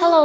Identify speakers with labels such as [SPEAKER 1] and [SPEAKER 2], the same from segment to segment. [SPEAKER 1] Hello，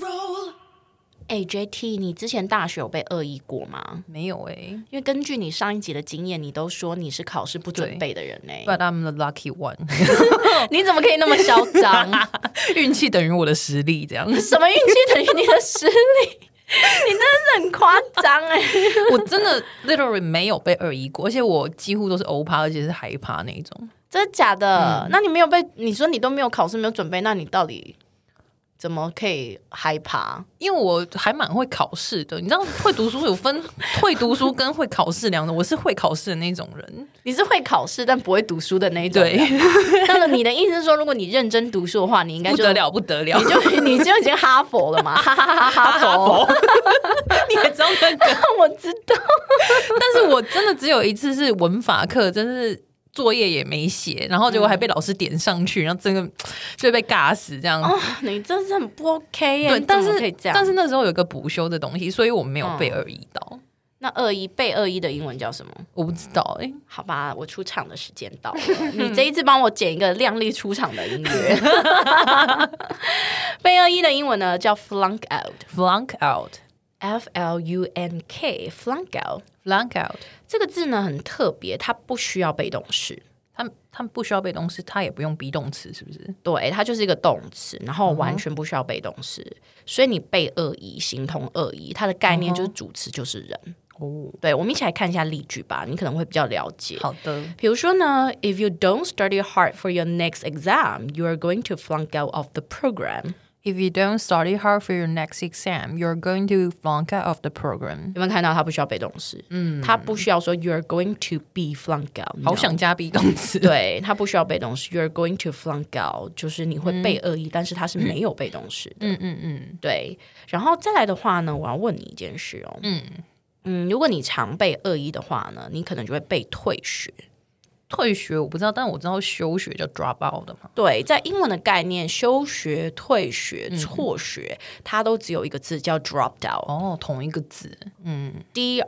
[SPEAKER 2] roll.
[SPEAKER 1] A J T，你之前大学有被恶意过吗？
[SPEAKER 3] 没有哎、
[SPEAKER 1] 因为根据你上一集的经验，你都说你是考试不准备的人呢、哦
[SPEAKER 3] But I'm the lucky one，
[SPEAKER 1] 你怎么可以那么嚣张？
[SPEAKER 3] 运气等于 我的实力，这样
[SPEAKER 1] 什么运气等于你的实力？你真的是很夸张 哎！
[SPEAKER 3] 我真的 literally 没有被二一过，而且我几乎都是欧趴，而且是海趴那一种。
[SPEAKER 1] 真的假的？那你没有被你说你都没有考试没有准备，那你到底怎么可以害怕？
[SPEAKER 3] 因为我还蛮会考试的，你知道会读书有分 会读书跟会考试两种，我是会考试的那种人。
[SPEAKER 1] 你是会考试但不会读书的那一种。啊
[SPEAKER 3] 对，，
[SPEAKER 1] 那么你的意思是说，如果你认真读书的话，你应该
[SPEAKER 3] 不
[SPEAKER 1] 就
[SPEAKER 3] 得，了，不得了
[SPEAKER 1] 你！就你就已经哈佛了嘛？哈哈哈哈哈佛！
[SPEAKER 3] 佛， 你也知道那个？
[SPEAKER 1] 我知道，
[SPEAKER 3] 但是我真的只有一次是文法课，真是作业也没写，然后结果还被老师点上去，然后真的就被尬死这样。
[SPEAKER 1] 哦你真是很不 OK 耶！
[SPEAKER 3] 对，
[SPEAKER 1] 你怎
[SPEAKER 3] 但
[SPEAKER 1] 么
[SPEAKER 3] 是
[SPEAKER 1] 可以这样，
[SPEAKER 3] 但是那时候有一个补修的东西，所以我没有被二一到，
[SPEAKER 1] 那二一背二一的英文叫什么？
[SPEAKER 3] 我不知道哎、
[SPEAKER 1] 好吧，我出场的时间到 了，
[SPEAKER 3] 嗯
[SPEAKER 1] 你这一次帮我剪一个靓丽出场的音乐。 贝二一的英文呢叫 flunk out。
[SPEAKER 3] flunk out，flunk
[SPEAKER 1] F L U N K flunk out
[SPEAKER 3] out，
[SPEAKER 1] 这个字呢很特别，它不需要被动式，
[SPEAKER 3] 他他们不需要被动词，他也不用 be 动词，是不是？
[SPEAKER 1] 对，它就是一个动词，然后
[SPEAKER 3] 嗯
[SPEAKER 1] 完全不需要被动式，所以你背恶意，形同恶意，它的概念就是主词就是人。
[SPEAKER 3] 嗯哦，
[SPEAKER 1] 对，我们一起来看一下例句吧，你可能会比较了解。
[SPEAKER 3] 好的，
[SPEAKER 1] 比如说呢，If you don't study hard for your next exam, you are going to flunk out of the program。
[SPEAKER 3] If you don't study hard for your next exam, you're going to flunk out of the program.
[SPEAKER 1] 有没有看到它不需要被动式？嗯，它不需要说 you are going to be flunk out 你知道吗。
[SPEAKER 3] 好想加 be 动 词。
[SPEAKER 1] 对，它不需要被动式。You are going to flunk out，就是你会被恶意，但是它是没有被动式的。嗯嗯嗯嗯，对。然后再来的话呢，我要问你一件事哦。嗯嗯，如果你常被恶意的话呢，你可能就会被退学。
[SPEAKER 3] 退学我不知道，但我知道休学叫 drop out 的嘛。
[SPEAKER 1] 对，在英文的概念，休学、退学、辍学，它都只有一个字叫 dropped out，D、
[SPEAKER 3] 哦，同一个字，嗯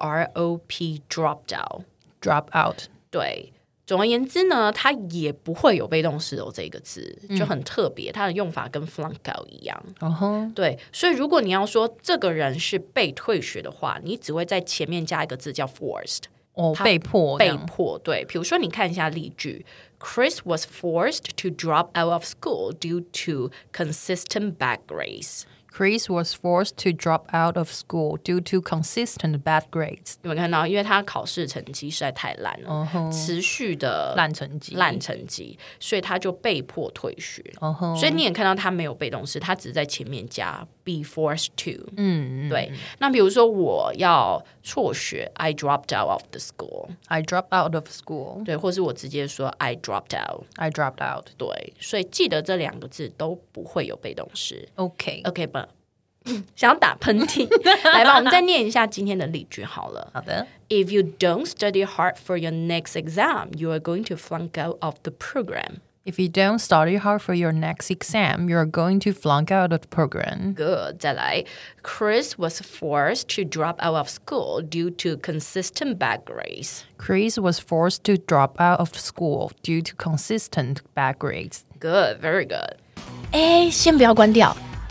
[SPEAKER 1] R O P dropped out。
[SPEAKER 3] ，drop out，
[SPEAKER 1] 对，总而言之呢，它也不会有被动式哦，这一个字就很特别，它的用法跟 flunk out 一样。
[SPEAKER 3] 然后
[SPEAKER 1] 对，所以如果你要说这个人是被退学的话，你只会在前面加一个字叫 forced，
[SPEAKER 3] 哦，被迫这
[SPEAKER 1] 被
[SPEAKER 3] 样
[SPEAKER 1] 迫。对，比如说你看一下例句，Chris was forced to drop out of school due to consistent bad grades。
[SPEAKER 3] Chris was forced to drop out of school due to consistent bad grades.
[SPEAKER 1] 有没有看到？因为他考试成绩实在太烂了持续的
[SPEAKER 3] 嗯烂成绩
[SPEAKER 1] 烂成绩，所以他就被迫退学。
[SPEAKER 3] 嗯哼
[SPEAKER 1] 所以你也看到他没有被动式，他只是在前面加 be forced to。嗯，对。那比如说我要辍学，I dropped out of the school。
[SPEAKER 3] I dropped out of school.
[SPEAKER 1] 对，或是我直接说 I dropped out。
[SPEAKER 3] I dropped out.
[SPEAKER 1] 对，所以记得这两个字都不会有被动式。
[SPEAKER 3] Okay.
[SPEAKER 1] OK 吧？ 想要打喷 嚏，来吧，我们再念一下今天的例句好了。If you don't study hard for your next exam, you are going to flunk out of the program.
[SPEAKER 3] If you don't study hard for your next exam, you're going to flunk out of the program.
[SPEAKER 1] Good. 再来, Chris was forced to drop out of school due to consistent bad grades.
[SPEAKER 3] Chris was forced to drop out of school due to consistent bad grades.
[SPEAKER 1] Good, very good. 哎，先不要关掉，